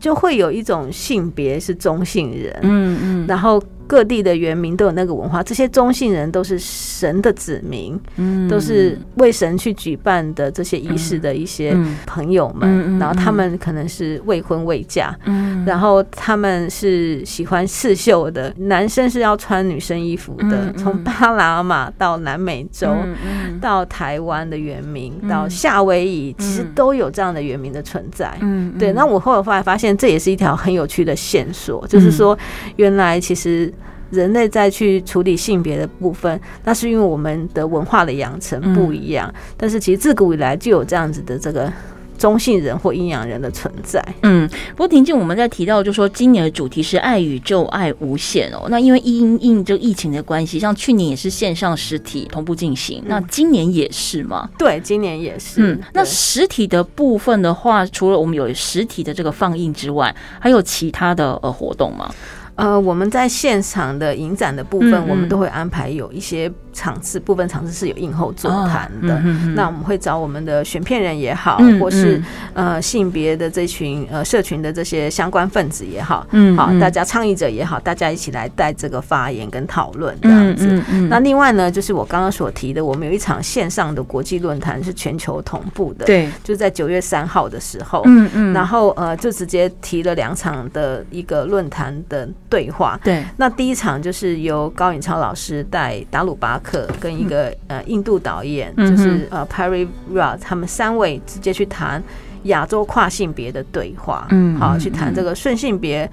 Speaker 3: 就会有一种性别是中性人，
Speaker 1: 哎，嗯
Speaker 3: 然后各地的原民都有那个文化，这些中性人都是神的子民，
Speaker 1: 嗯
Speaker 3: 都是为神去举办的这些仪式的一些
Speaker 1: 嗯
Speaker 3: 朋友们，
Speaker 1: 嗯嗯
Speaker 3: 然后他们可能是未婚未嫁，
Speaker 1: 嗯
Speaker 3: 然后他们是喜欢刺绣的，男生是要穿女生衣服的，
Speaker 1: 嗯嗯
Speaker 3: 从巴拿马到南美洲。
Speaker 1: 嗯
Speaker 3: 到台湾的原民，
Speaker 1: 嗯
Speaker 3: 到夏威夷，其实
Speaker 1: 嗯
Speaker 3: 都有这样的原民的存在。
Speaker 1: 嗯
Speaker 3: 对，那我后来发现，这也是一条很有趣的线索，就是说，原来其实人类在去处理性别的部分，那是因为我们的文化的养成不一样，但是其实自古以来就有这样子的这个中性人或阴阳人的存在。
Speaker 1: 嗯，不过婷静，我们在提到就说今年的主题是爱与就爱无限哦。那因为因应这个疫情的关系，像去年也是线上实体同步进行，那今年也是吗？
Speaker 3: 对，今年也嗯是。
Speaker 1: 嗯，那
Speaker 3: 对
Speaker 1: 实体的部分的话，除了我们有实体的这个放映之外，还有其他的呃活动吗？
Speaker 3: 呃，我们在现场的影展的部分，
Speaker 1: 嗯嗯
Speaker 3: 我们都会安排有一些场次，部分场次是有映后座谈的。
Speaker 1: 哦嗯哼哼
Speaker 3: 那我们会找我们的选片人也好，
Speaker 1: 嗯
Speaker 3: 或是
Speaker 1: 嗯
Speaker 3: 呃性别的这群呃社群的这些相关分子也好，
Speaker 1: 嗯
Speaker 3: 好
Speaker 1: 嗯
Speaker 3: 大家倡议者也好，大家一起来带这个发言跟讨论这样子。
Speaker 1: 嗯嗯嗯
Speaker 3: 那另外呢，就是我刚刚所提的，我们有一场线上的国际论坛是全球同步的，，
Speaker 1: 对，
Speaker 3: 就在九月三号的时候，
Speaker 1: 嗯嗯
Speaker 3: 然后呃，就直接提了两场的一个论坛的对话。
Speaker 1: 对，
Speaker 3: 那第一场就是由高允超老师带达鲁巴克跟一个、呃印度导演，
Speaker 1: 嗯嗯哼
Speaker 3: 就是呃 Perry Ra，他们三位直接去谈亚洲跨性别的对话，
Speaker 1: 嗯
Speaker 3: 好
Speaker 1: 嗯
Speaker 3: 去谈这个顺性别。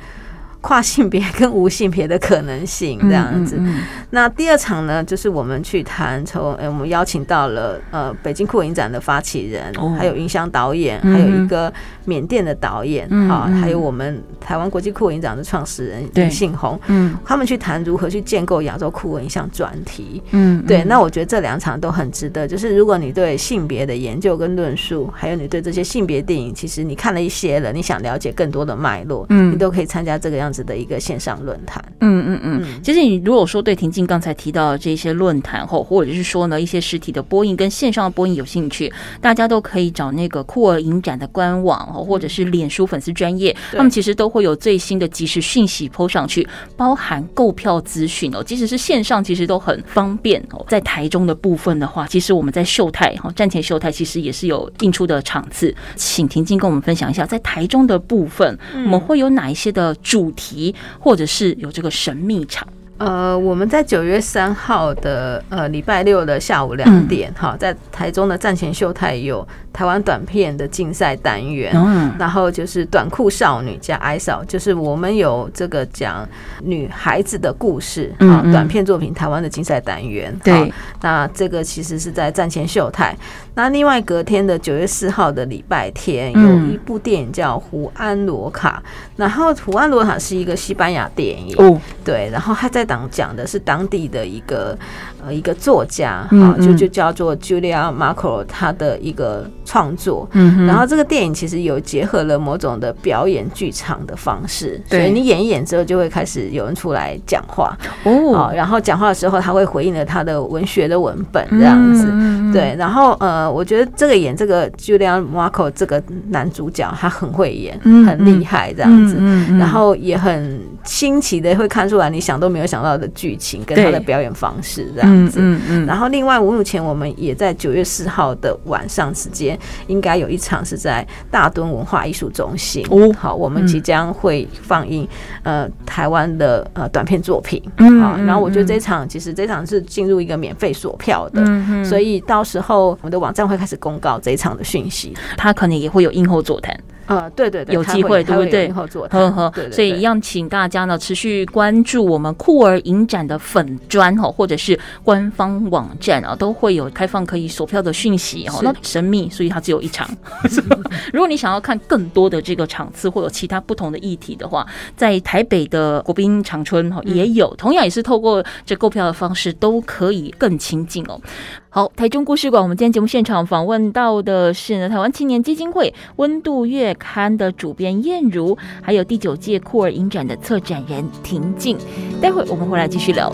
Speaker 3: 跨性别跟无性别的可能性
Speaker 1: 嗯
Speaker 3: 这样子，
Speaker 1: 嗯嗯
Speaker 3: 那第二场呢，就是我们去谈从，呃诶我们邀请到了呃北京酷影展的发起人，
Speaker 1: 哦
Speaker 3: 还有云翔导演，
Speaker 1: 嗯哼
Speaker 3: 还有一个缅甸的导演，
Speaker 1: 嗯
Speaker 3: 好、
Speaker 1: 嗯
Speaker 3: 还有我们台湾国际酷影展的创始人
Speaker 1: 对
Speaker 3: 林信宏，
Speaker 1: 嗯
Speaker 3: 他们去谈如何去建构亚洲酷文像专题。
Speaker 1: 嗯，嗯
Speaker 3: 对，那我觉得这两场都很值得。就是如果你对性别的研究跟论述，还有你对这些性别电影，其实你看了一些了，你想了解更多的脉络，
Speaker 1: 嗯
Speaker 3: 你都可以参加这个样子的一个线上论坛。
Speaker 1: 嗯嗯嗯，其实你如果说对婷静刚才提到的这些论坛后，或者是说呢一些实体的播映跟线上的播映有兴趣，大家都可以找那个酷儿影展的官网哦，或者是脸书粉丝专业，
Speaker 3: 对
Speaker 1: 他们其实都会有最新的即时讯息 PO 上去，包含购票资讯哦，即使是线上，其实都很方便哦。在台中的部分的话，其实我们在秀泰哈站前秀泰其实也是有映出的场次，请婷静跟我们分享一下，在台中的部分，我们会有哪一些的主题，或者是有这个神秘场？
Speaker 3: 呃，我们在九月三号的呃礼拜六的下午两点，哈、在台中的战前秀泰有台湾短片的竞赛单元。
Speaker 1: 嗯
Speaker 3: 然后就是短裤少女加矮嫂，就是我们有这个讲女孩子的故事
Speaker 1: 嗯
Speaker 3: 啊，
Speaker 1: 嗯
Speaker 3: 短片作品台湾的竞赛单元。好
Speaker 1: 对，
Speaker 3: 那这个其实是在战前秀泰。那另外隔天的九月四号的礼拜天，
Speaker 1: 嗯
Speaker 3: 有一部电影叫《胡安罗卡》，然后《胡安罗卡》是一个西班牙电影。
Speaker 1: 哦，
Speaker 3: 对，然后他在当讲的是当地的一个呃一个作家，
Speaker 1: 嗯
Speaker 3: 啊，就
Speaker 1: 嗯
Speaker 3: 就叫做 Julia Marco 他的一个创作。
Speaker 1: 嗯哼，
Speaker 3: 然后这个电影其实有结合了某种的表演剧场的方式，所以
Speaker 1: 对
Speaker 3: 你演一演之后就会开始有人出来讲话，哦，
Speaker 1: 哦，
Speaker 3: 然后讲话的时候他会回应了他的文学的文本这样子。
Speaker 1: 嗯，
Speaker 3: 对，然后呃，我觉得这个演这个 Julian Marco 这个男主角，他很会演，
Speaker 1: 嗯
Speaker 3: 很厉害这
Speaker 1: 这
Speaker 3: 样子。
Speaker 1: 嗯嗯
Speaker 3: 然后也很新奇的会看出来你想都没有想到的剧情跟
Speaker 1: 对
Speaker 3: 他的表演方式这样
Speaker 1: 嗯
Speaker 3: 子。
Speaker 1: 嗯嗯，
Speaker 3: 然后另外，目前我们也在九月四号的晚上时间，应该有一场是在大墩文化艺术中心。
Speaker 1: 哦
Speaker 3: 好，我们即将会放映、呃台湾的呃短片作品。
Speaker 1: 嗯
Speaker 3: 好，然后我觉得
Speaker 1: 嗯
Speaker 3: 这场、其实这场是进入一个免费索票的。
Speaker 1: 嗯哼
Speaker 3: 所以到时候我们的网站会开始公告这一场的讯息。
Speaker 1: 他可能也会有映后座谈。
Speaker 3: 呃，对对对，
Speaker 1: 有
Speaker 3: 它
Speaker 1: 机会
Speaker 3: 它
Speaker 1: 对不
Speaker 3: 有
Speaker 1: 对
Speaker 3: 映后座谈
Speaker 1: 呵呵
Speaker 3: 对，对
Speaker 1: 所以
Speaker 3: 对
Speaker 1: 一样，请大家呢持续关注我们酷儿影展的粉砖哦，或者是官方网站啊，都会有开放可以索票的讯息哦。
Speaker 3: 是
Speaker 1: 那神秘，所以它只有一场。 如果你想要看更多的这个场次或有其他不同的议题的话，在台北的国宾长春哦也有，同样也是透过这购票的方式都可以更亲近哦。好，台中故事馆，我们今天节目现场访问到的是呢台湾青年基金会《温度月刊》的主编燕如，还有第九届酷儿影展的策展人婷静。待会我们回来继续聊。